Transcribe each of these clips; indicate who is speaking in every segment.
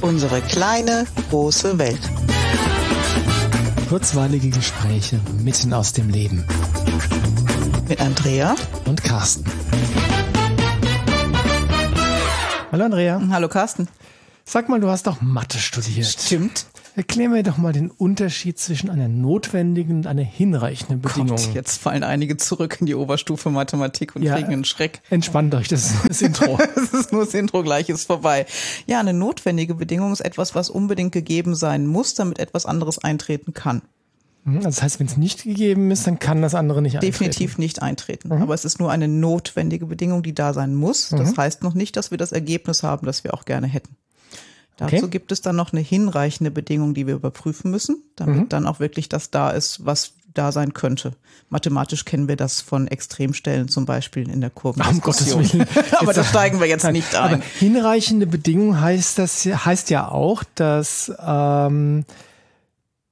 Speaker 1: unsere kleine, große Welt.
Speaker 2: Kurzweilige Gespräche mitten aus dem Leben.
Speaker 1: Mit Andrea.
Speaker 2: Und Carsten. Hallo Andrea.
Speaker 1: Hallo Carsten.
Speaker 2: Sag mal, du hast doch Mathe studiert.
Speaker 1: Stimmt.
Speaker 2: Erklär mir doch mal den Unterschied zwischen einer notwendigen und einer hinreichenden Bedingung.
Speaker 1: Gott, jetzt fallen einige zurück in die Oberstufe Mathematik und
Speaker 2: Ja.
Speaker 1: kriegen einen Schreck.
Speaker 2: Entspannt euch, das ist das Intro.
Speaker 1: Es ist nur das Intro, gleich ist vorbei. Ja, eine notwendige Bedingung ist etwas, was unbedingt gegeben sein muss, damit etwas anderes eintreten kann.
Speaker 2: Hm, also Das heißt, wenn es nicht gegeben ist, dann kann das andere nicht eintreten. Mhm.
Speaker 1: Definitiv nicht eintreten. Aber es ist nur eine notwendige Bedingung, die da sein muss. Das heißt noch nicht, dass wir das Ergebnis haben, das wir auch gerne hätten. Dazu
Speaker 2: Okay.
Speaker 1: gibt es dann noch eine hinreichende Bedingung, die wir überprüfen müssen,
Speaker 2: Mhm.
Speaker 1: damit dann auch wirklich das da ist, was da sein könnte. Mathematisch kennen wir das von Extremstellen zum Beispiel in der Kurve.
Speaker 2: Um Gottes Willen.
Speaker 1: Aber da steigen wir jetzt nicht ein.
Speaker 2: Aber hinreichende Bedingung heißt das ja- heißt ja auch, dass ähm,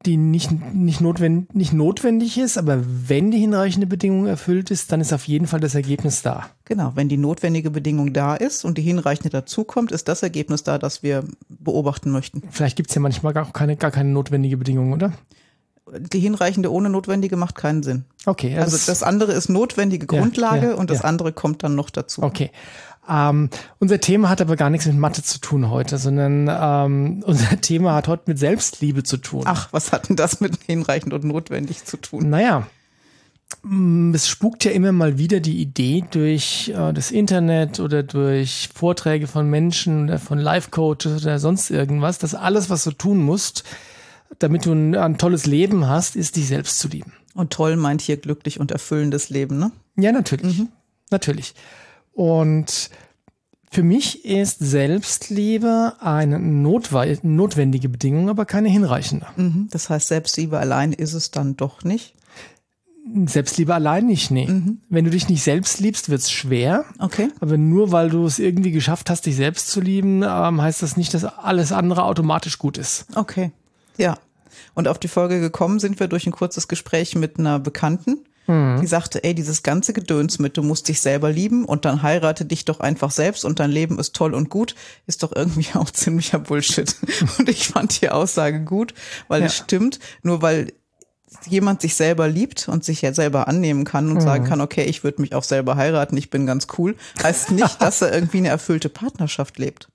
Speaker 2: die nicht, nicht, notwendig, nicht notwendig ist, aber wenn die hinreichende Bedingung erfüllt ist, dann ist auf jeden Fall das Ergebnis da.
Speaker 1: Genau, wenn die notwendige Bedingung da ist und die hinreichende dazukommt, ist das Ergebnis da, das wir beobachten möchten.
Speaker 2: Vielleicht gibt's ja manchmal gar keine, gar keine notwendige Bedingung, oder?
Speaker 1: Die hinreichende ohne notwendige macht keinen Sinn.
Speaker 2: Okay,
Speaker 1: Also das andere ist notwendige
Speaker 2: Ja,
Speaker 1: Grundlage
Speaker 2: ja,
Speaker 1: und das
Speaker 2: ja.
Speaker 1: andere kommt dann noch dazu.
Speaker 2: Okay. Ähm, unser Thema hat aber gar nichts mit Mathe zu tun heute, sondern ähm, unser Thema hat heute mit Selbstliebe zu tun.
Speaker 1: Ach, was hat denn das mit hinreichend und notwendig zu tun?
Speaker 2: Naja, mm, es spukt ja immer mal wieder die Idee durch äh, das Internet oder durch Vorträge von Menschen oder von Life-Coaches oder sonst irgendwas, dass alles, was du tun musst, damit du ein, ein tolles Leben hast, ist dich selbst zu lieben.
Speaker 1: Und toll meint hier glücklich und erfüllendes Leben, ne?
Speaker 2: Ja, natürlich. Mhm. Natürlich. Und für mich ist Selbstliebe eine notwe- notwendige Bedingung, aber keine hinreichende.
Speaker 1: Mhm. Das heißt, Selbstliebe allein ist es dann doch nicht.
Speaker 2: Selbstliebe allein nicht, nee. Wenn du dich nicht selbst liebst, wird's schwer.
Speaker 1: Okay.
Speaker 2: Aber nur weil du es irgendwie geschafft hast, dich selbst zu lieben, ähm, heißt das nicht, dass alles andere automatisch gut ist.
Speaker 1: Okay. Ja. Und auf die Folge gekommen sind wir durch ein kurzes Gespräch mit einer Bekannten,
Speaker 2: Mhm.
Speaker 1: die sagte, ey, dieses ganze Gedöns mit, du musst dich selber lieben und dann heirate dich doch einfach selbst und dein Leben ist toll und gut, ist doch irgendwie auch ziemlicher Bullshit. Und ich fand die Aussage gut, weil es
Speaker 2: Ja.
Speaker 1: stimmt, nur weil jemand sich selber liebt und sich ja selber annehmen kann und sagen
Speaker 2: Mhm.
Speaker 1: kann, okay, ich würde mich auch selber heiraten, ich bin ganz cool, heißt nicht, dass er irgendwie eine erfüllte Partnerschaft lebt.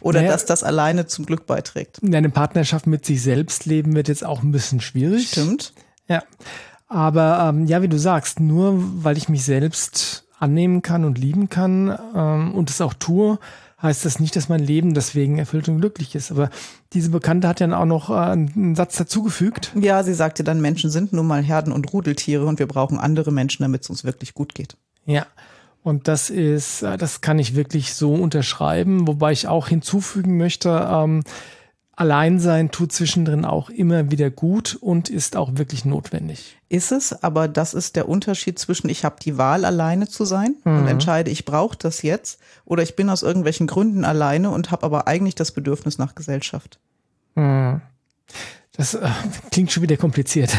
Speaker 1: Oder
Speaker 2: Naja.
Speaker 1: dass das alleine zum Glück beiträgt.
Speaker 2: Eine Partnerschaft mit sich selbst leben wird jetzt auch ein bisschen schwierig.
Speaker 1: Stimmt.
Speaker 2: Ja. Aber ähm, ja, wie du sagst, nur weil ich mich selbst annehmen kann und lieben kann ähm, und es auch tue, heißt das nicht, dass mein Leben deswegen erfüllt und glücklich ist. Aber diese Bekannte hat ja dann auch noch äh, einen Satz dazugefügt.
Speaker 1: Ja, sie sagte dann, Menschen sind nun mal Herden und Rudeltiere und wir brauchen andere Menschen, damit es uns wirklich gut geht.
Speaker 2: Ja. Und das ist, äh, das kann ich wirklich so unterschreiben, wobei ich auch hinzufügen möchte, ähm, Alleinsein tut zwischendrin auch immer wieder gut und ist auch wirklich notwendig.
Speaker 1: Ist es, aber das ist der Unterschied zwischen, ich habe die Wahl, alleine zu sein und entscheide, ich brauche das jetzt, oder ich bin aus irgendwelchen Gründen alleine und habe aber eigentlich das Bedürfnis nach Gesellschaft.
Speaker 2: Das äh, klingt schon wieder kompliziert.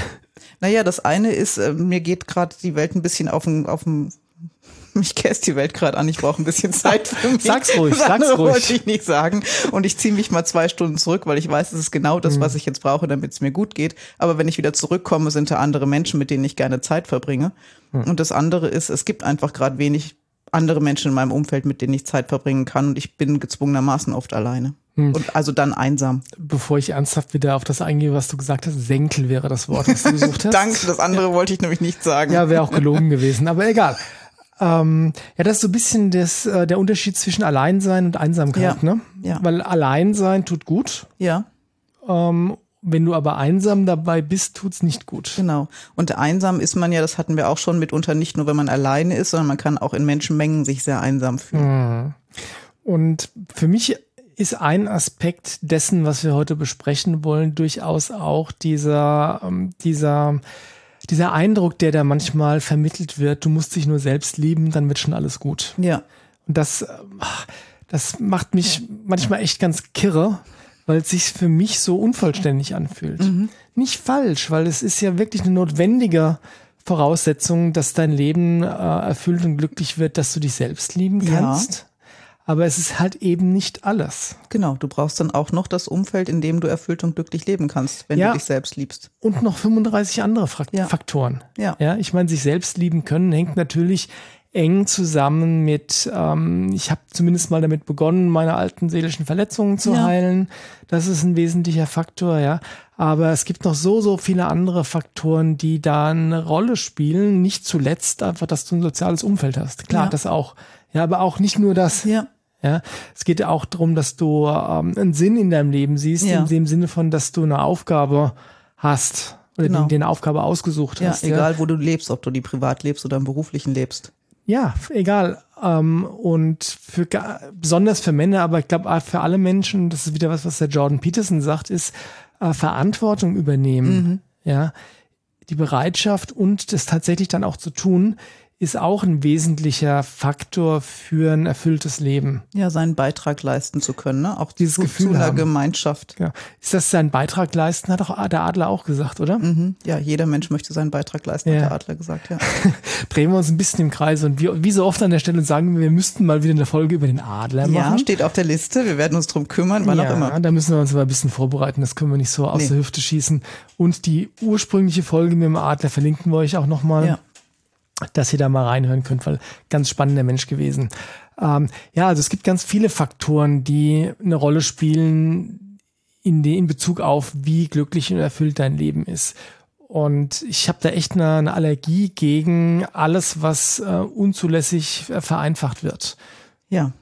Speaker 1: Naja, das eine ist, äh, mir geht gerade die Welt ein bisschen auf dem, auf dem mich käst die Welt gerade an, ich brauche ein bisschen Zeit für mich.
Speaker 2: Sag's ruhig,
Speaker 1: das
Speaker 2: sag's
Speaker 1: andere
Speaker 2: ruhig.
Speaker 1: wollte ich nicht sagen. Und ich ziehe mich mal zwei Stunden zurück, weil ich weiß, es ist genau das,
Speaker 2: Mhm.
Speaker 1: was ich jetzt brauche, damit es mir gut geht. Aber wenn ich wieder zurückkomme, sind da andere Menschen, mit denen ich gerne Zeit verbringe.
Speaker 2: Mhm.
Speaker 1: Und das andere ist, es gibt einfach gerade wenig andere Menschen in meinem Umfeld, mit denen ich Zeit verbringen kann. Und ich bin gezwungenermaßen oft alleine.
Speaker 2: Mhm.
Speaker 1: Und also dann einsam.
Speaker 2: Bevor ich ernsthaft wieder auf das eingehe, was du gesagt hast, Senkel wäre das Wort, was du gesucht hast.
Speaker 1: Danke, das andere wollte ich nämlich nicht sagen.
Speaker 2: Ja, wäre auch gelogen gewesen, aber egal. Ähm, ja, das ist so ein bisschen das, äh, der Unterschied zwischen Alleinsein und Einsamkeit,
Speaker 1: Ja,
Speaker 2: ne?
Speaker 1: ja.
Speaker 2: Weil Alleinsein tut gut,
Speaker 1: ja.
Speaker 2: wenn du aber einsam dabei bist, tut's nicht gut.
Speaker 1: Genau. Und einsam ist man ja, das hatten wir auch schon mitunter, nicht nur wenn man alleine ist, sondern man kann auch in Menschenmengen sich sehr einsam fühlen.
Speaker 2: Und für mich ist ein Aspekt dessen, was wir heute besprechen wollen, durchaus auch dieser, ähm, dieser, dieser Eindruck, der da manchmal vermittelt wird, du musst dich nur selbst lieben, dann wird schon alles gut.
Speaker 1: Ja.
Speaker 2: Und das, äh, ach, das macht mich manchmal echt ganz kirre, weil es sich für mich so unvollständig anfühlt. Nicht falsch, weil es ist ja wirklich eine notwendige Voraussetzung, dass dein Leben äh, erfüllt und glücklich wird, dass du dich selbst lieben
Speaker 1: Ja.
Speaker 2: kannst. Aber es ist halt eben nicht alles.
Speaker 1: Genau, du brauchst dann auch noch das Umfeld, in dem du erfüllt und glücklich leben kannst, wenn
Speaker 2: Ja.
Speaker 1: du dich selbst liebst.
Speaker 2: Und noch 35 andere Frak
Speaker 1: Ja.
Speaker 2: Faktoren.
Speaker 1: Ja.
Speaker 2: ja. Ich meine, sich selbst lieben können hängt natürlich eng zusammen mit, ähm, ich habe zumindest mal damit begonnen, meine alten seelischen Verletzungen zu
Speaker 1: Ja.
Speaker 2: heilen. Das ist ein wesentlicher Faktor, ja. Aber es gibt noch so, so viele andere Faktoren, die da eine Rolle spielen. Nicht zuletzt einfach, dass du ein soziales Umfeld hast. Klar,
Speaker 1: Ja.
Speaker 2: das auch. Ja, aber auch nicht nur das.
Speaker 1: Ja.
Speaker 2: Ja, es geht ja auch darum, dass du ähm, einen Sinn in deinem Leben siehst,
Speaker 1: Ja.
Speaker 2: in dem Sinne von, dass du eine Aufgabe hast oder
Speaker 1: Genau.
Speaker 2: die, dir eine Aufgabe ausgesucht
Speaker 1: Ja,
Speaker 2: hast.
Speaker 1: egal wo du lebst, ob du die privat lebst oder im beruflichen lebst.
Speaker 2: Ja, f- egal. Ähm, und für, ga- besonders für Männer, aber ich glaube für alle Menschen, das ist wieder was, was der Jordan Peterson sagt, ist äh, Verantwortung übernehmen.
Speaker 1: Mhm.
Speaker 2: Ja, die Bereitschaft und das tatsächlich dann auch zu tun, ist auch ein wesentlicher Faktor für ein erfülltes Leben.
Speaker 1: Ja, seinen Beitrag leisten zu können, ne? Auch
Speaker 2: Dieses
Speaker 1: zu,
Speaker 2: Gefühl
Speaker 1: zu einer
Speaker 2: haben.
Speaker 1: Gemeinschaft.
Speaker 2: Ja. Genau. Ist das sein Beitrag leisten? Hat auch der Adler auch gesagt, oder?
Speaker 1: Mhm. Ja, jeder Mensch möchte seinen Beitrag leisten,
Speaker 2: Ja.
Speaker 1: hat der Adler gesagt, ja.
Speaker 2: Drehen wir uns ein bisschen im Kreis und wie, wie so oft an der Stelle sagen wir, wir müssten mal wieder eine Folge über den Adler
Speaker 1: ja,
Speaker 2: machen.
Speaker 1: steht auf der Liste, wir werden uns drum kümmern, wann auch immer.
Speaker 2: da müssen wir uns aber ein bisschen vorbereiten. Das können wir nicht so aus
Speaker 1: Nee.
Speaker 2: der Hüfte schießen. Und die ursprüngliche Folge mit dem Adler verlinken wir euch auch nochmal,
Speaker 1: Ja.
Speaker 2: dass ihr da mal reinhören könnt, weil ganz spannender Mensch gewesen. Ähm, ja, also es gibt ganz viele Faktoren, die eine Rolle spielen in, de, in Bezug auf, wie glücklich und erfüllt dein Leben ist. Und ich habe da echt eine, eine Allergie gegen alles, was äh, unzulässig äh, vereinfacht wird.
Speaker 1: Ja.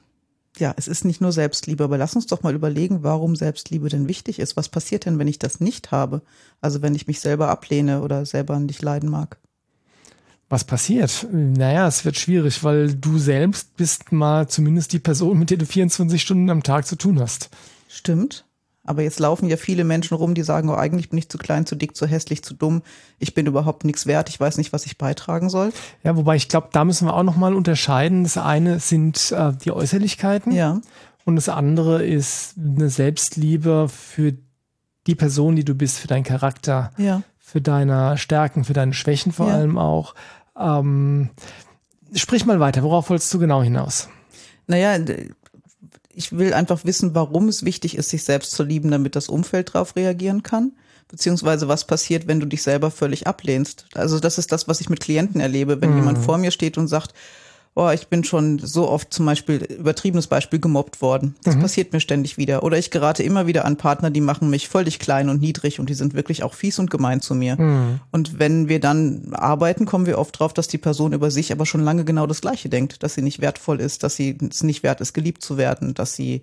Speaker 1: Ja, es ist nicht nur Selbstliebe, aber lass uns doch mal überlegen, warum Selbstliebe denn wichtig ist. Was passiert denn, wenn ich das nicht habe? Also wenn ich mich selber ablehne oder selber nicht leiden mag.
Speaker 2: Was passiert? Naja, es wird schwierig, weil du selbst bist mal zumindest die Person, mit der du 24 Stunden am Tag zu tun hast.
Speaker 1: Stimmt. Aber jetzt laufen ja viele Menschen rum, die sagen, oh, eigentlich bin ich zu klein, zu dick, zu hässlich, zu dumm. Ich bin überhaupt nichts wert. Ich weiß nicht, was ich beitragen soll.
Speaker 2: Ja, wobei ich glaube, da müssen wir auch nochmal unterscheiden. Das eine sind äh, die Äußerlichkeiten
Speaker 1: Ja.
Speaker 2: und das andere ist eine Selbstliebe für die Person, die du bist, für deinen Charakter.
Speaker 1: Ja.
Speaker 2: für deine Stärken, für deine Schwächen vor
Speaker 1: Ja.
Speaker 2: allem auch. Ähm, sprich mal weiter, worauf wolltest du genau hinaus?
Speaker 1: Naja, d- ich will einfach wissen, warum es wichtig ist, sich selbst zu lieben, damit das Umfeld darauf reagieren kann. Beziehungsweise was passiert, wenn du dich selber völlig ablehnst. Also das ist das, was ich mit Klienten erlebe. Wenn jemand vor mir steht und sagt, oh, ich bin schon so oft zum Beispiel, übertriebenes Beispiel, gemobbt worden. Das passiert mir ständig wieder. Oder ich gerate immer wieder an Partner, die machen mich völlig klein und niedrig und die sind wirklich auch fies und gemein zu mir.
Speaker 2: Mhm.
Speaker 1: Und wenn wir dann arbeiten, kommen wir oft drauf, dass die Person über sich aber schon lange genau das Gleiche denkt, dass sie nicht wertvoll ist, dass sie es nicht wert ist, geliebt zu werden, dass sie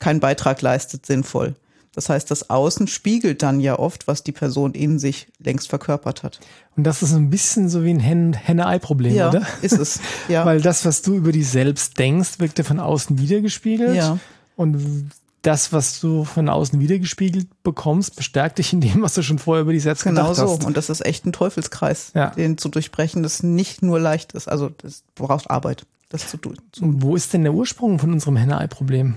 Speaker 1: keinen Beitrag leistet, sinnvoll. Das heißt, das Außen spiegelt dann ja oft, was die Person in sich längst verkörpert hat.
Speaker 2: Und das ist ein bisschen so wie ein Hen- Henne-Ei-Problem,
Speaker 1: Ja,
Speaker 2: oder?
Speaker 1: ist es. Ja.
Speaker 2: Weil das, was du über dich selbst denkst, wirkt dir von außen wiedergespiegelt.
Speaker 1: Ja.
Speaker 2: Und das, was du von außen wiedergespiegelt bekommst, bestärkt dich in dem, was du schon vorher über dich selbst
Speaker 1: Genau
Speaker 2: gedacht
Speaker 1: so.
Speaker 2: hast.
Speaker 1: Und das ist echt ein Teufelskreis,
Speaker 2: Ja.
Speaker 1: den zu durchbrechen, das nicht nur leicht ist. Also das braucht Arbeit, das zu tun.
Speaker 2: Und wo ist denn der Ursprung von unserem Henne-Ei-Problem?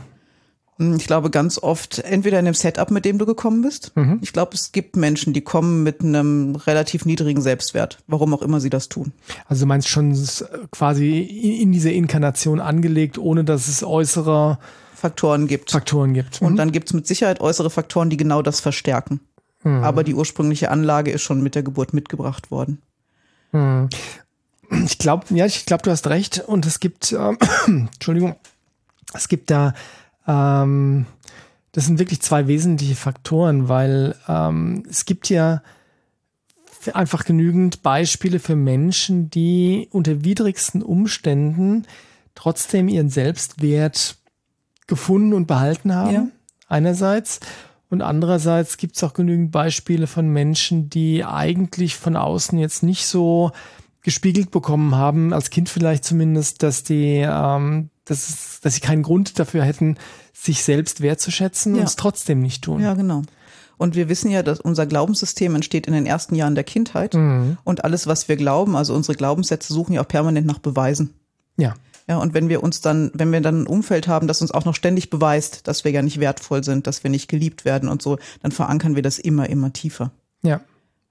Speaker 1: Hm, Ich glaube ganz oft, entweder in dem Setup, mit dem du gekommen bist. Ich glaube, es gibt Menschen, die kommen mit einem relativ niedrigen Selbstwert, warum auch immer sie das tun.
Speaker 2: Also du meinst schon es ist quasi in, in dieser Inkarnation angelegt, ohne dass es äußere
Speaker 1: Faktoren gibt.
Speaker 2: Faktoren gibt.
Speaker 1: Und dann gibt es mit Sicherheit äußere Faktoren, die genau das verstärken. Aber die ursprüngliche Anlage ist schon mit der Geburt mitgebracht worden.
Speaker 2: Ich glaube, ja, ich glaube, du hast recht. Und es gibt, ähm, Entschuldigung, es gibt da, ähm, das sind wirklich zwei wesentliche Faktoren, weil ähm, es gibt ja f- einfach genügend Beispiele für Menschen, die unter widrigsten Umständen trotzdem ihren Selbstwert gefunden und behalten haben.
Speaker 1: Ja.
Speaker 2: Einerseits. Und andererseits gibt es auch genügend Beispiele von Menschen, die eigentlich von außen jetzt nicht so gespiegelt bekommen haben, als Kind vielleicht zumindest, dass die, ähm, dass, es- dass sie keinen Grund dafür hätten, sich selbst wertzuschätzen
Speaker 1: Ja.
Speaker 2: und es trotzdem nicht tun.
Speaker 1: Ja, genau. Und wir wissen ja, dass unser Glaubenssystem entsteht in den ersten Jahren der Kindheit.
Speaker 2: Mhm.
Speaker 1: Und alles, was wir glauben, also unsere Glaubenssätze suchen ja auch permanent nach Beweisen.
Speaker 2: ja.
Speaker 1: Ja, und wenn wir uns dann, wenn wir dann ein Umfeld haben, das uns auch noch ständig beweist, dass wir ja nicht wertvoll sind, dass wir nicht geliebt werden und so, dann verankern wir das immer, immer tiefer.
Speaker 2: ja.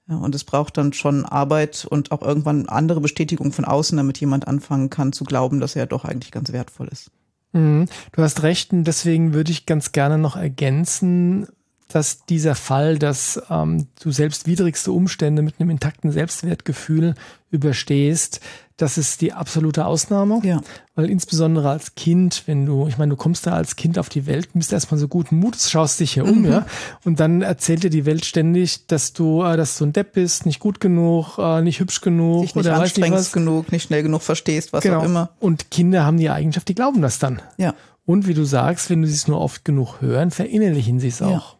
Speaker 1: Ja, und es braucht dann schon Arbeit und auch irgendwann andere Bestätigung von außen, damit jemand anfangen kann zu glauben, dass er ja doch eigentlich ganz wertvoll ist.
Speaker 2: Mhm. Du hast recht, und deswegen würde ich ganz gerne noch ergänzen, dass dieser Fall, dass ähm, du selbst widrigste Umstände mit einem intakten Selbstwertgefühl überstehst, das ist die absolute Ausnahme.
Speaker 1: Ja.
Speaker 2: Weil insbesondere als Kind, wenn du, ich meine, du kommst da als Kind auf die Welt, bist erstmal so guten Mutes, schaust dich hier um,
Speaker 1: Mhm.
Speaker 2: ja. Und dann erzählt dir die Welt ständig, dass du, äh, dass du ein Depp bist, nicht gut genug, äh, nicht hübsch genug
Speaker 1: Dich nicht
Speaker 2: oder weiß nicht
Speaker 1: anstrengst
Speaker 2: was. Genau.
Speaker 1: genug, nicht schnell genug verstehst, was auch immer.
Speaker 2: Und Kinder haben die Eigenschaft, die glauben das dann.
Speaker 1: Ja.
Speaker 2: Und wie du sagst, wenn du sie es nur oft genug hören, verinnerlichen sie es
Speaker 1: Ja.
Speaker 2: auch.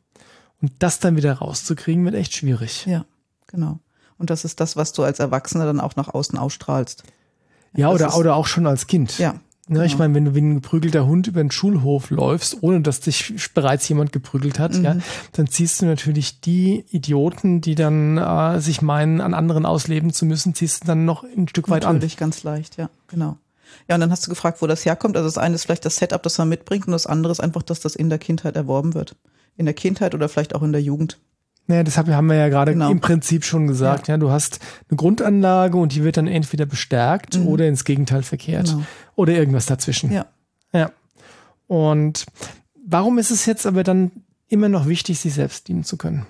Speaker 2: Und das dann wieder rauszukriegen, wird echt schwierig.
Speaker 1: Ja, genau. Und das ist das, was du als Erwachsener dann auch nach außen ausstrahlst.
Speaker 2: Ja,
Speaker 1: Das
Speaker 2: oder,
Speaker 1: ist-
Speaker 2: oder auch schon als Kind.
Speaker 1: Ja.
Speaker 2: Ne, Ich
Speaker 1: genau.
Speaker 2: meine, wenn du wie ein geprügelter Hund über den Schulhof läufst, ohne dass dich bereits jemand geprügelt hat,
Speaker 1: Mhm.
Speaker 2: ja, dann ziehst du natürlich die Idioten, die dann äh, sich meinen, an anderen ausleben zu müssen, ziehst du dann noch ein Stück weit an.
Speaker 1: Natürlich, ganz leicht, ja, genau. Ja, und dann hast du gefragt, wo das herkommt. Also das eine ist vielleicht das Setup, das man mitbringt und das andere ist einfach, dass das in der Kindheit erworben wird. In der Kindheit oder vielleicht auch in der Jugend.
Speaker 2: Naja, das hab- haben wir ja gerade
Speaker 1: Genau.
Speaker 2: im Prinzip schon gesagt. Ja. du hast eine Grundanlage und die wird dann entweder bestärkt oder ins Gegenteil verkehrt
Speaker 1: Mhm. Genau.
Speaker 2: oder irgendwas dazwischen.
Speaker 1: Ja.
Speaker 2: ja. Und warum ist es jetzt aber dann immer noch wichtig, sich selbst dienen zu können?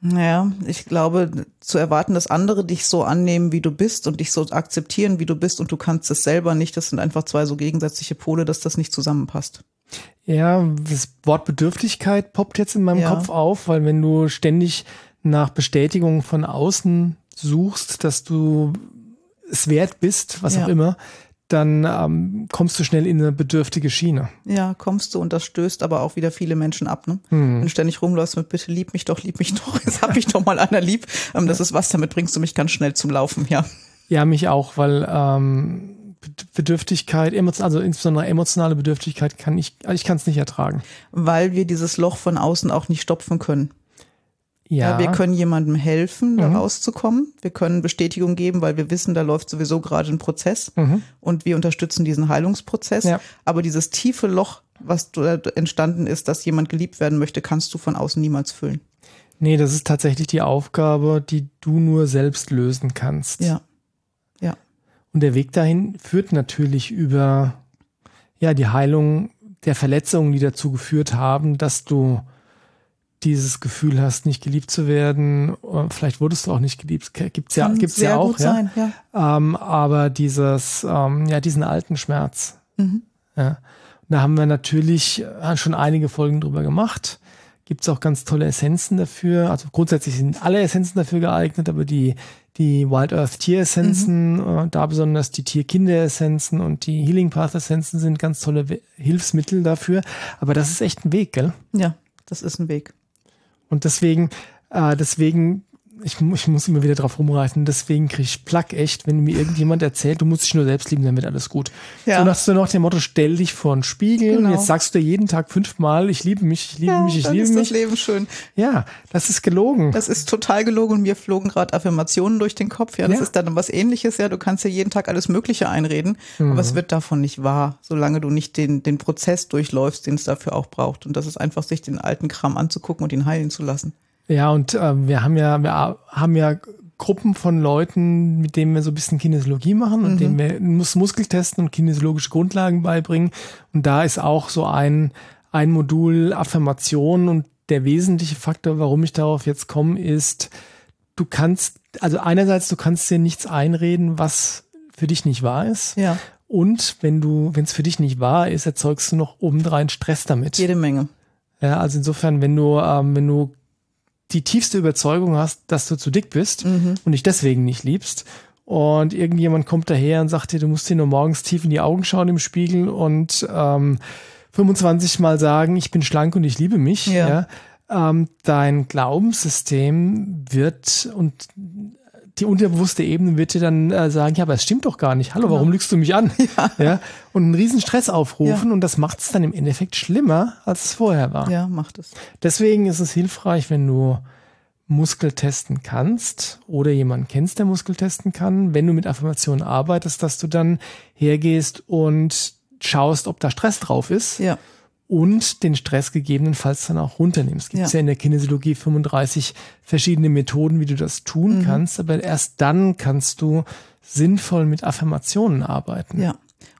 Speaker 1: Naja, ich glaube, zu erwarten, dass andere dich so annehmen, wie du bist und dich so akzeptieren, wie du bist und du kannst es selber nicht, das sind einfach zwei so gegensätzliche Pole, dass das nicht zusammenpasst.
Speaker 2: Ja, das Wort Bedürftigkeit poppt jetzt in meinem
Speaker 1: Ja.
Speaker 2: Kopf auf, weil wenn du ständig nach Bestätigung von außen suchst, dass du es wert bist, was
Speaker 1: Ja.
Speaker 2: auch immer, dann ähm, kommst du schnell in eine bedürftige Schiene.
Speaker 1: Ja, kommst du und das stößt aber auch wieder viele Menschen ab. Ne? Wenn du ständig rumläufst mit bitte lieb mich doch, lieb mich doch, jetzt hab ich doch mal einer lieb. Ähm, das ist was, damit bringst du mich ganz schnell zum Laufen, ja.
Speaker 2: Ja, mich auch, weil ähm, Bed- Bedürftigkeit, emotio- also insbesondere emotionale Bedürftigkeit kann ich, ich kann es nicht ertragen.
Speaker 1: Weil wir dieses Loch von außen auch nicht stopfen können.
Speaker 2: Ja, Mhm.
Speaker 1: Ja, wir können jemandem helfen, da rauszukommen. Wir können Bestätigung geben, weil wir wissen, da läuft sowieso gerade ein Prozess und wir unterstützen diesen Heilungsprozess.
Speaker 2: Mhm. Ja.
Speaker 1: Aber dieses tiefe Loch, was da entstanden ist, dass jemand geliebt werden möchte, kannst du von außen niemals füllen.
Speaker 2: nee, das ist tatsächlich die Aufgabe, die du nur selbst lösen kannst.
Speaker 1: Ja. Ja.
Speaker 2: Und der Weg dahin führt natürlich über ja, die Heilung der Verletzungen, die dazu geführt haben, dass du dieses Gefühl hast, nicht geliebt zu werden. Äh, Vielleicht wurdest du auch nicht geliebt. Ke- Gibt's ja,
Speaker 1: Kann
Speaker 2: gibt's
Speaker 1: sehr
Speaker 2: ja auch,
Speaker 1: gut
Speaker 2: ja.
Speaker 1: sein, ja.
Speaker 2: Ähm, aber dieses, ähm, ja, diesen alten Schmerz. Ja. Und Da haben wir natürlich äh, schon einige Folgen drüber gemacht. Gibt's auch ganz tolle Essenzen dafür. Also grundsätzlich sind alle Essenzen dafür geeignet, aber die, die Wild Earth Tier-Essenzen, äh, da besonders die Tier-Kinder-Essenzen und die Healing Path-Essenzen sind ganz tolle We- Hilfsmittel dafür. Aber das ist echt ein Weg, gell?
Speaker 1: Ja, das ist ein Weg.
Speaker 2: Und deswegen, äh, deswegen, ich, mu- ich muss immer wieder drauf rumreiten, deswegen kriege ich Plack echt, wenn mir irgendjemand erzählt, du musst dich nur selbst lieben, dann wird alles gut.
Speaker 1: Ja.
Speaker 2: So nach so nach dem Motto, stell dich vor einen Spiegel
Speaker 1: Genau.
Speaker 2: und jetzt sagst du dir jeden Tag fünfmal, ich liebe mich, ich liebe mich, ich
Speaker 1: dann
Speaker 2: liebe
Speaker 1: ist das
Speaker 2: mich.
Speaker 1: Leben schön.
Speaker 2: ja, das ist gelogen.
Speaker 1: Das ist total gelogen und mir flogen gerade Affirmationen durch den Kopf. Ja, das
Speaker 2: Ja.
Speaker 1: ist dann was ähnliches. Ja, du kannst ja jeden Tag alles Mögliche einreden, aber es wird davon nicht wahr, solange du nicht den, den Prozess durchläufst, den es dafür auch braucht. Und das ist einfach, sich den alten Kram anzugucken und ihn heilen zu lassen.
Speaker 2: Ja, und äh, wir haben ja, wir a- haben ja Gruppen von Leuten, mit denen wir so ein bisschen Kinesiologie machen und denen wir Mus Muskeltesten und kinesiologische Grundlagen beibringen. Und da ist auch so ein, ein Modul Affirmation und der wesentliche Faktor, warum ich darauf jetzt komme, ist, du kannst, also einerseits, du kannst dir nichts einreden, was für dich nicht wahr ist.
Speaker 1: Ja,
Speaker 2: Und wenn du, wenn es für dich nicht wahr ist, erzeugst du noch obendrein Stress damit.
Speaker 1: jede Menge.
Speaker 2: Ja, also insofern, wenn du, ähm, wenn du die tiefste Überzeugung hast, dass du zu dick bist und dich deswegen nicht liebst, und irgendjemand kommt daher und sagt dir, du musst dir nur morgens tief in die Augen schauen im Spiegel und ähm, 25 Mal sagen, ich bin schlank und ich liebe mich,
Speaker 1: Ja.
Speaker 2: ja, ähm, dein Glaubenssystem wird und die unterbewusste Ebene wird dir dann äh, sagen, ja, aber es stimmt doch gar nicht. Hallo, warum lügst du mich an? Genau. Ja. Und einen riesen Stress aufrufen und das macht es dann im Endeffekt schlimmer, als es vorher war.
Speaker 1: Ja, macht es.
Speaker 2: Deswegen ist es hilfreich, wenn du Muskel testen kannst oder jemanden kennst, der Muskel testen kann, wenn du mit Affirmationen arbeitest, dass du dann hergehst und schaust, ob da Stress drauf ist
Speaker 1: Ja,
Speaker 2: und den Stress gegebenenfalls dann auch runternimmst. Gibt es
Speaker 1: Ja.
Speaker 2: ja. in der Kinesiologie 35 verschiedene Methoden, wie du das
Speaker 1: Mhm.
Speaker 2: tun kannst, aber erst dann kannst du sinnvoll mit Affirmationen arbeiten.
Speaker 1: ja.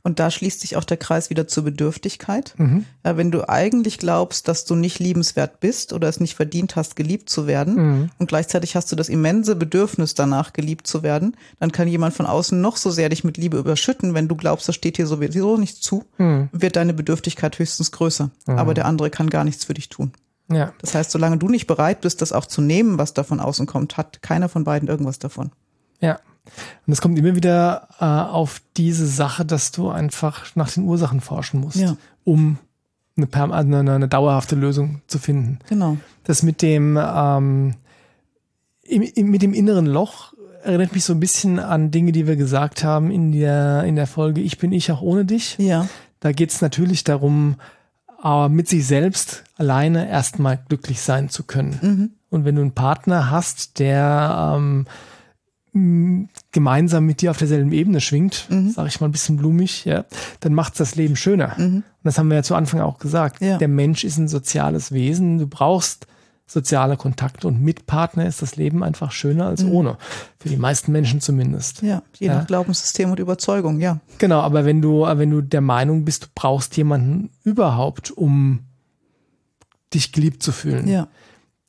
Speaker 1: Und da schließt sich auch der Kreis wieder zur Bedürftigkeit. Mhm. Ja, wenn du eigentlich glaubst, dass du nicht liebenswert bist oder es nicht verdient hast, geliebt zu werden, mhm. und gleichzeitig hast du das immense Bedürfnis danach, geliebt zu werden, dann kann jemand von außen noch so sehr dich mit Liebe überschütten, wenn du glaubst, das steht dir sowieso nicht zu, mhm. wird deine Bedürftigkeit höchstens größer. Aber der andere kann gar nichts für dich tun.
Speaker 2: Ja.
Speaker 1: Das heißt, solange du nicht bereit bist, das auch zu nehmen, was da von außen kommt, hat keiner von beiden irgendwas davon.
Speaker 2: Ja. Und es kommt immer wieder äh, auf diese Sache, dass du einfach nach den Ursachen forschen musst,
Speaker 1: Ja.
Speaker 2: um eine, perm- also eine, eine eine dauerhafte Lösung zu finden.
Speaker 1: Genau.
Speaker 2: Das mit dem, ähm, im, im, mit dem inneren Loch erinnert mich so ein bisschen an Dinge, die wir gesagt haben in der, in der Folge Ich bin ich auch ohne dich.
Speaker 1: Ja.
Speaker 2: Da geht es natürlich darum, äh, mit sich selbst alleine erstmal glücklich sein zu können.
Speaker 1: Mhm.
Speaker 2: Und wenn du einen Partner hast, der ähm, m, gemeinsam mit dir auf derselben Ebene schwingt,
Speaker 1: Mhm.
Speaker 2: sage ich mal ein bisschen blumig, ja, dann macht's das Leben schöner.
Speaker 1: Mhm.
Speaker 2: Und das haben wir ja zu Anfang auch gesagt.
Speaker 1: Ja.
Speaker 2: Der Mensch ist ein soziales Wesen. Du brauchst soziale Kontakte und mit Partner ist das Leben einfach schöner
Speaker 1: Mhm.
Speaker 2: als ohne. Für die meisten Menschen zumindest.
Speaker 1: Ja. Je
Speaker 2: Ja.
Speaker 1: nach Glaubenssystem und Überzeugung, ja.
Speaker 2: Genau, aber wenn du, wenn du der Meinung bist, du brauchst jemanden überhaupt, um dich geliebt zu fühlen,
Speaker 1: Ja.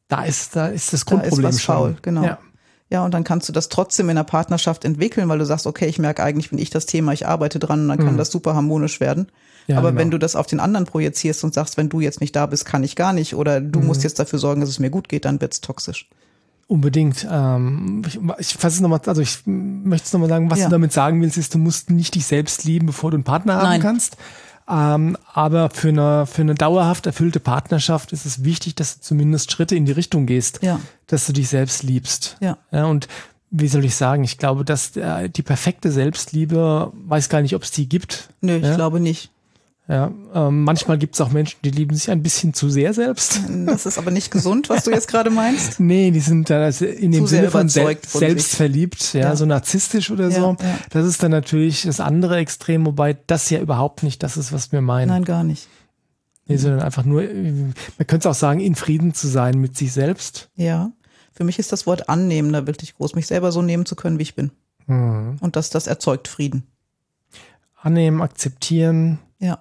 Speaker 2: da ist, da ist das
Speaker 1: Da ist
Speaker 2: Grundproblem
Speaker 1: was
Speaker 2: schon.
Speaker 1: faul, genau.
Speaker 2: Ja.
Speaker 1: Ja, und dann kannst du das trotzdem in der Partnerschaft entwickeln, weil du sagst, okay, ich merke eigentlich, bin ich das Thema, ich arbeite dran und dann kann das super harmonisch werden.
Speaker 2: Ja,
Speaker 1: Aber
Speaker 2: genau.
Speaker 1: wenn du das auf den anderen projizierst und sagst, wenn du jetzt nicht da bist, kann ich gar nicht oder du musst jetzt dafür sorgen, dass es mir gut geht, dann wird's toxisch.
Speaker 2: Unbedingt. Ähm, ich, ich fasse es nochmal, also ich möchte es nochmal sagen, was
Speaker 1: Ja.
Speaker 2: du damit sagen willst, ist, du musst nicht dich selbst lieben, bevor du einen Partner haben
Speaker 1: Nein.
Speaker 2: kannst. Ähm, aber für eine, für eine dauerhaft erfüllte Partnerschaft ist es wichtig, dass du zumindest Schritte in die Richtung gehst,
Speaker 1: Ja.
Speaker 2: dass du dich selbst liebst.
Speaker 1: Ja.
Speaker 2: ja. Und wie soll ich sagen, ich glaube, dass äh, die perfekte Selbstliebe, weiß gar nicht, ob es die gibt.
Speaker 1: Nö, ich
Speaker 2: Ja.
Speaker 1: glaube nicht.
Speaker 2: Ja. Ähm, manchmal gibt es auch Menschen, die lieben sich ein bisschen zu sehr selbst.
Speaker 1: Das ist aber nicht gesund, was du jetzt gerade meinst.
Speaker 2: Nee, die sind dann also in
Speaker 1: Zu
Speaker 2: dem
Speaker 1: sehr
Speaker 2: Sinne von, sel
Speaker 1: überzeugt von sich.
Speaker 2: selbstverliebt, ja,
Speaker 1: Ja.
Speaker 2: so narzisstisch oder
Speaker 1: Ja,
Speaker 2: so.
Speaker 1: ja.
Speaker 2: Das ist dann natürlich das andere Extrem, wobei das ja überhaupt nicht das ist, was wir meinen.
Speaker 1: Nein, gar nicht.
Speaker 2: Nee, sondern einfach nur, äh, man könnte es auch sagen, in Frieden zu sein mit sich selbst.
Speaker 1: Ja. Für mich ist das Wort annehmen da wirklich groß, mich selber so nehmen zu können, wie ich bin.
Speaker 2: Mhm.
Speaker 1: Und dass das erzeugt Frieden.
Speaker 2: Annehmen, akzeptieren,
Speaker 1: Ja.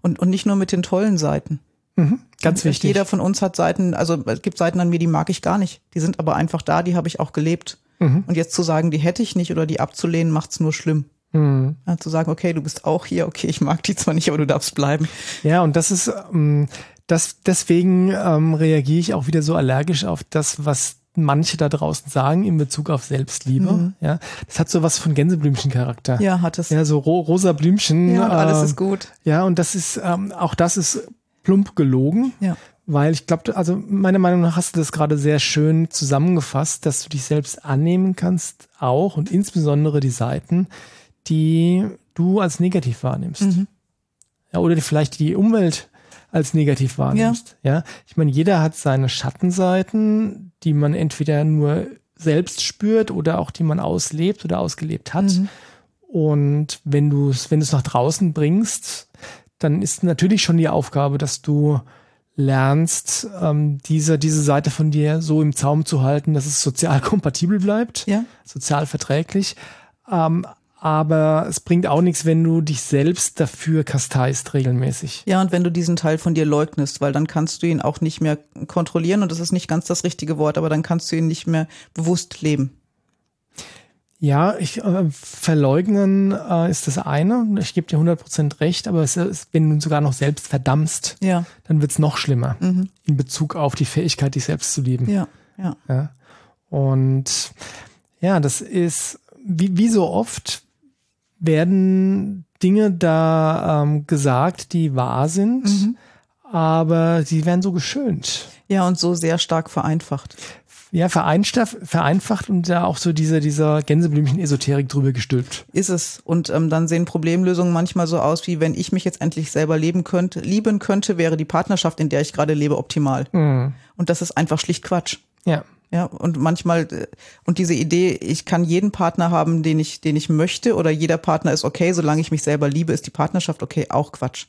Speaker 1: Und, und nicht nur mit den tollen Seiten.
Speaker 2: Mhm. ganz
Speaker 1: Und
Speaker 2: wichtig.
Speaker 1: Jeder von uns hat Seiten, also es gibt Seiten an mir, die mag ich gar nicht. Die sind aber einfach da, die habe ich auch gelebt. Und jetzt zu sagen, die hätte ich nicht oder die abzulehnen, macht's nur schlimm.
Speaker 2: Mhm.
Speaker 1: Ja, zu sagen, okay, du bist auch hier, okay, ich mag die zwar nicht, aber du darfst bleiben.
Speaker 2: Ja, und das ist, ähm, das, deswegen ähm, reagiere ich auch wieder so allergisch auf das, was manche da draußen sagen in Bezug auf Selbstliebe. Ja, das hat so was von Gänseblümchen-Charakter.
Speaker 1: Mhm. Ja, hat es. Ja,
Speaker 2: Ja, so ro rosa Blümchen.
Speaker 1: und alles ist
Speaker 2: ähm,
Speaker 1: gut.
Speaker 2: Ja, und das ist, ähm, auch das ist plump gelogen.
Speaker 1: Ja.
Speaker 2: Weil ich glaube, also meiner Meinung nach hast du das gerade sehr schön zusammengefasst, dass du dich selbst annehmen kannst, auch und insbesondere die Seiten, die du als negativ wahrnimmst.
Speaker 1: Mhm.
Speaker 2: Ja, oder die, vielleicht die Umwelt als negativ wahrnimmst. Ja. Ich meine, jeder hat seine Schattenseiten, die man entweder nur selbst spürt oder auch die man auslebt oder ausgelebt
Speaker 1: Mhm.
Speaker 2: hat. Und wenn du es wenn du's nach draußen bringst, dann ist natürlich schon die Aufgabe, dass du lernst, ähm, diese, diese Seite von dir so im Zaum zu halten, dass es sozial kompatibel bleibt,
Speaker 1: Ja.
Speaker 2: sozial verträglich. Ähm, aber es bringt auch nichts, wenn du dich selbst dafür kasteist regelmäßig.
Speaker 1: Ja, und wenn du diesen Teil von dir leugnest, weil dann kannst du ihn auch nicht mehr kontrollieren und das ist nicht ganz das richtige Wort, aber dann kannst du ihn nicht mehr bewusst leben.
Speaker 2: Ja, ich äh, verleugnen äh, ist das eine. Ich gebe dir 100% recht, aber es ist, wenn du sogar noch selbst verdammst,
Speaker 1: Ja,
Speaker 2: dann wird's noch schlimmer
Speaker 1: Mhm.
Speaker 2: in Bezug auf die Fähigkeit, dich selbst zu lieben.
Speaker 1: ja, ja.
Speaker 2: Ja. Und ja, das ist, wie, wie so oft werden Dinge da ähm, gesagt, die wahr sind, aber sie werden so geschönt.
Speaker 1: Ja, und so sehr stark vereinfacht.
Speaker 2: Ja, vereinstaff- vereinfacht und da auch so diese, dieser Gänseblümchen-Esoterik drüber gestülpt.
Speaker 1: Ist es. Und ähm, dann sehen Problemlösungen manchmal so aus, wie wenn ich mich jetzt endlich selber leben könnte, lieben könnte, wäre die Partnerschaft, in der ich gerade lebe, optimal. Und das ist einfach schlicht Quatsch.
Speaker 2: Ja.
Speaker 1: Ja, und manchmal, äh, und diese Idee, ich kann jeden Partner haben, den ich, den ich möchte, oder jeder Partner ist okay, solange ich mich selber liebe, ist die Partnerschaft okay, auch Quatsch.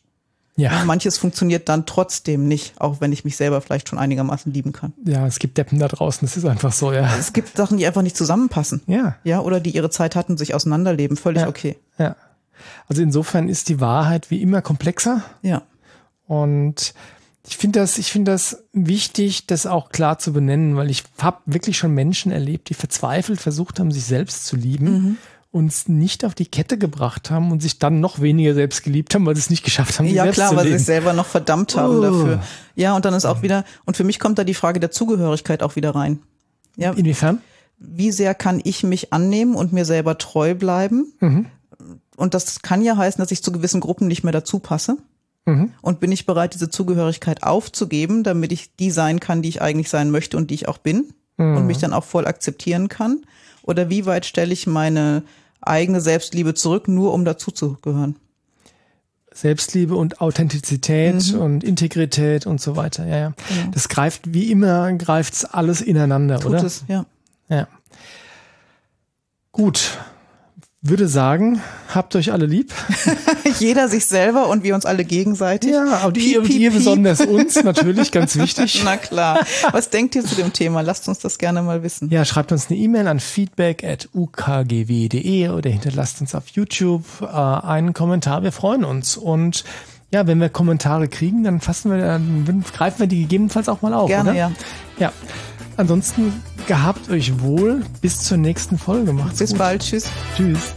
Speaker 2: Ja,
Speaker 1: Manches funktioniert dann trotzdem nicht, auch wenn ich mich selber vielleicht schon einigermaßen lieben kann.
Speaker 2: ja, es gibt Deppen da draußen, das ist einfach so, ja.
Speaker 1: Es gibt Sachen, die einfach nicht zusammenpassen.
Speaker 2: Ja,
Speaker 1: Ja, oder die ihre Zeit hatten, sich auseinanderleben, völlig
Speaker 2: Ja.
Speaker 1: okay.
Speaker 2: ja. Also insofern ist die Wahrheit wie immer komplexer.
Speaker 1: Ja.
Speaker 2: Und ich finde das, ich finde das wichtig, das auch klar zu benennen, weil ich habe wirklich schon Menschen erlebt, die verzweifelt versucht haben, sich selbst zu lieben.
Speaker 1: Mhm.
Speaker 2: uns nicht auf die Kette gebracht haben und sich dann noch weniger selbst geliebt haben, weil sie es nicht geschafft haben, sich
Speaker 1: Ja,
Speaker 2: selbst
Speaker 1: klar,
Speaker 2: zu
Speaker 1: weil sie
Speaker 2: lieben.
Speaker 1: sich selber noch verdammt haben
Speaker 2: Oh.
Speaker 1: dafür. Ja, und dann ist auch wieder, und für mich kommt da die Frage der Zugehörigkeit auch wieder rein. Ja,
Speaker 2: Inwiefern?
Speaker 1: wie sehr kann ich mich annehmen und mir selber treu bleiben?
Speaker 2: Mhm.
Speaker 1: Und das kann ja heißen, dass ich zu gewissen Gruppen nicht mehr dazu passe.
Speaker 2: Mhm.
Speaker 1: Und bin ich bereit, diese Zugehörigkeit aufzugeben, damit ich die sein kann, die ich eigentlich sein möchte und die ich auch bin
Speaker 2: Mhm.
Speaker 1: und mich dann auch voll akzeptieren kann? Oder wie weit stelle ich meine eigene Selbstliebe zurück, nur um dazuzugehören?
Speaker 2: Selbstliebe und Authentizität
Speaker 1: Mhm.
Speaker 2: und Integrität und so weiter. Ja, ja. Das greift wie immer greift's alles ineinander,
Speaker 1: Tut
Speaker 2: oder?
Speaker 1: es, ja.
Speaker 2: Ja. Gut. Würde sagen, habt euch alle lieb.
Speaker 1: Jeder sich selber und wir uns alle gegenseitig.
Speaker 2: Ja, und ihr,
Speaker 1: Piep,
Speaker 2: und
Speaker 1: piep,
Speaker 2: ihr
Speaker 1: piep.
Speaker 2: besonders uns natürlich, ganz wichtig.
Speaker 1: Na klar. Was denkt ihr zu dem Thema? Lasst uns das gerne mal wissen.
Speaker 2: Ja, schreibt uns eine E-Mail an feedback at ukgw.de oder hinterlasst uns auf YouTube äh, einen Kommentar. Wir freuen uns. Und ja, wenn wir Kommentare kriegen, dann fassen wir, dann greifen wir die gegebenenfalls auch mal auf.
Speaker 1: Gerne,
Speaker 2: oder?
Speaker 1: ja.
Speaker 2: Ja. Ansonsten gehabt euch wohl. Bis zur nächsten Folge. Macht's
Speaker 1: Bis
Speaker 2: gut.
Speaker 1: bald. Tschüss.
Speaker 2: Tschüss.